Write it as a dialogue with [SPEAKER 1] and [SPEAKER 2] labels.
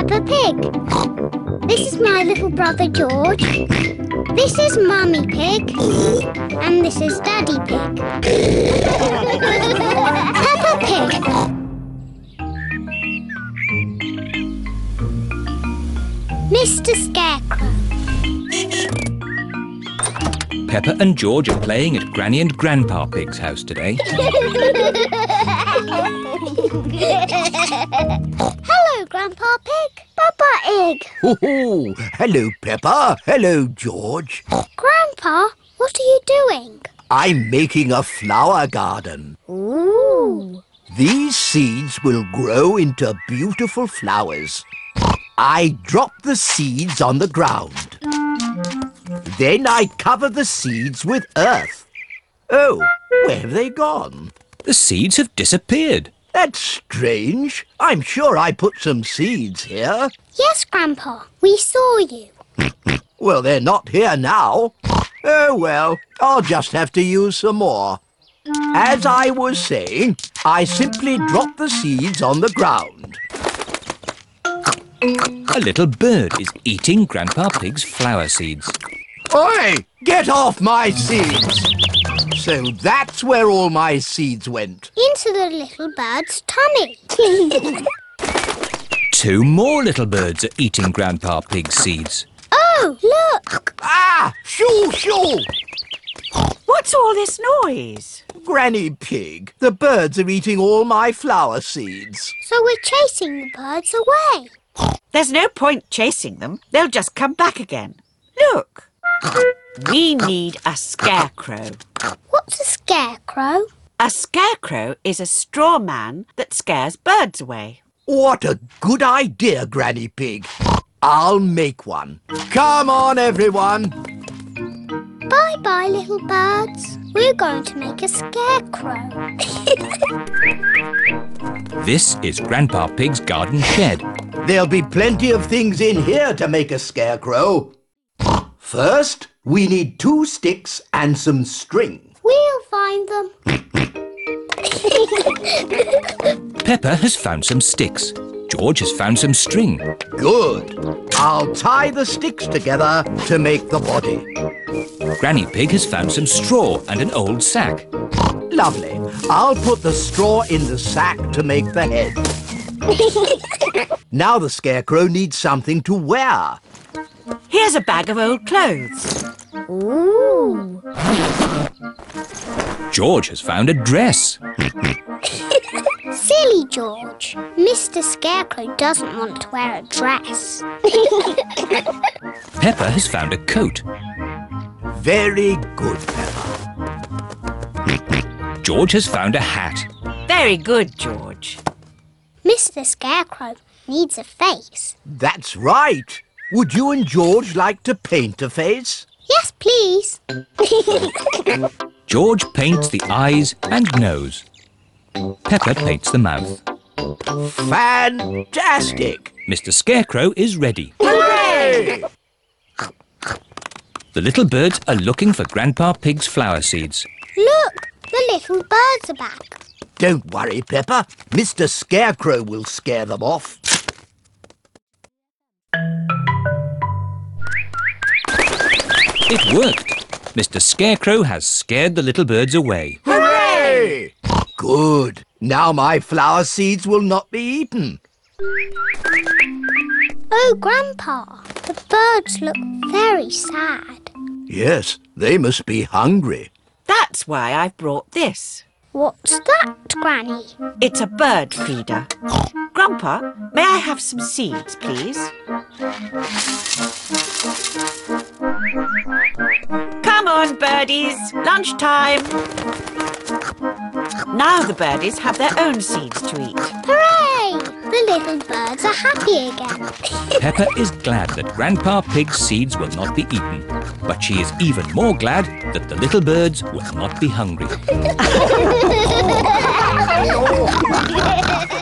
[SPEAKER 1] Pig. This is my little brother George. This is Mummy Pig. And this is Daddy Pig. Peppa Pig. Mr. Scarecrow.
[SPEAKER 2] Pepper and George are playing at Granny and Grandpa Pig's house today.
[SPEAKER 1] Hello, Grandpa Pig. Papa Pig.
[SPEAKER 3] Ho ho! Hello, Peppa. Hello, George.
[SPEAKER 1] Grandpa, what are you doing?
[SPEAKER 3] I'm making a flower garden.
[SPEAKER 1] Ooh.
[SPEAKER 3] These seeds will grow into beautiful flowers. I drop the seeds on the ground. Then I cover the seeds with earth. Oh, where have they gone?
[SPEAKER 2] The seeds have disappeared.
[SPEAKER 3] That's strange. I'm sure I put some seeds here.
[SPEAKER 1] Yes, Grandpa, we saw you.
[SPEAKER 3] Well, they're not here now. Oh well, I'll just have to use some more. As I was saying, I simply drop the seeds on the ground.
[SPEAKER 2] A little bird is eating Grandpa Pig's flower seeds.
[SPEAKER 3] Oi! Get off my seeds! So that's where all my seeds went.
[SPEAKER 1] Into the little bird's tummy.
[SPEAKER 2] Two more little birds are eating Grandpa Pig's seeds.
[SPEAKER 1] oh, look.
[SPEAKER 3] Ah! Shoo, shoo!
[SPEAKER 4] What's all this noise?
[SPEAKER 3] Granny Pig, the birds are eating all my flower seeds.
[SPEAKER 1] So we're chasing the birds away.
[SPEAKER 4] There's no point chasing them. They'll just come back again. Look. We need a scarecrow.
[SPEAKER 1] What's a scarecrow?
[SPEAKER 4] A scarecrow is a straw man that scares birds away.
[SPEAKER 3] What a good idea, Granny Pig. I'll make one. Come on, everyone.
[SPEAKER 1] Bye bye, little birds. We're going to make a scarecrow.
[SPEAKER 2] This is Grandpa Pig's garden shed.
[SPEAKER 3] There'll be plenty of things in here to make a scarecrow. First, we need two sticks and some string.
[SPEAKER 1] We'll find them.
[SPEAKER 2] Pepper has found some sticks. George has found some string.
[SPEAKER 3] Good. I'll tie the sticks together to make the body.
[SPEAKER 2] Granny Pig has found some straw and an old sack.
[SPEAKER 3] Lovely. I'll put the straw in the sack to make the head. Now the scarecrow needs something to wear.
[SPEAKER 4] Here's a bag of old clothes.
[SPEAKER 1] Ooh.
[SPEAKER 2] George has found a dress.
[SPEAKER 1] Silly George. Mr. Scarecrow doesn't want to wear a dress.
[SPEAKER 2] Pepper has found a coat.
[SPEAKER 3] Very good, Peppa.
[SPEAKER 2] George has found a hat.
[SPEAKER 4] Very good, George.
[SPEAKER 1] Mr. Scarecrow needs a face.
[SPEAKER 3] That's right. Would you and George like to paint a face?
[SPEAKER 1] Yes, please.
[SPEAKER 2] George paints the eyes and nose. Pepper paints the mouth.
[SPEAKER 3] Fantastic!
[SPEAKER 2] Mr. Scarecrow is ready.
[SPEAKER 3] Hooray!
[SPEAKER 2] The little birds are looking for Grandpa Pig's flower seeds.
[SPEAKER 1] Look, the little birds are back.
[SPEAKER 3] Don't worry, Pepper. Mr. Scarecrow will scare them off.
[SPEAKER 2] It worked. Mr. Scarecrow has scared the little birds away.
[SPEAKER 3] Hooray! Good. Now my flower seeds will not be eaten.
[SPEAKER 1] Oh, Grandpa, the birds look very sad.
[SPEAKER 3] Yes, they must be hungry.
[SPEAKER 4] That's why I've brought this.
[SPEAKER 1] What's that, Granny?
[SPEAKER 4] It's a bird feeder. Grandpa, may I have some seeds, please? Come on, birdies. Lunchtime. Now the birdies have their own seeds to eat.
[SPEAKER 1] Hooray! The little birds are happy again.
[SPEAKER 2] Pepper is glad that Grandpa Pig's seeds will not be eaten, but she is even more glad that the little birds will not be hungry.
[SPEAKER 1] Oh.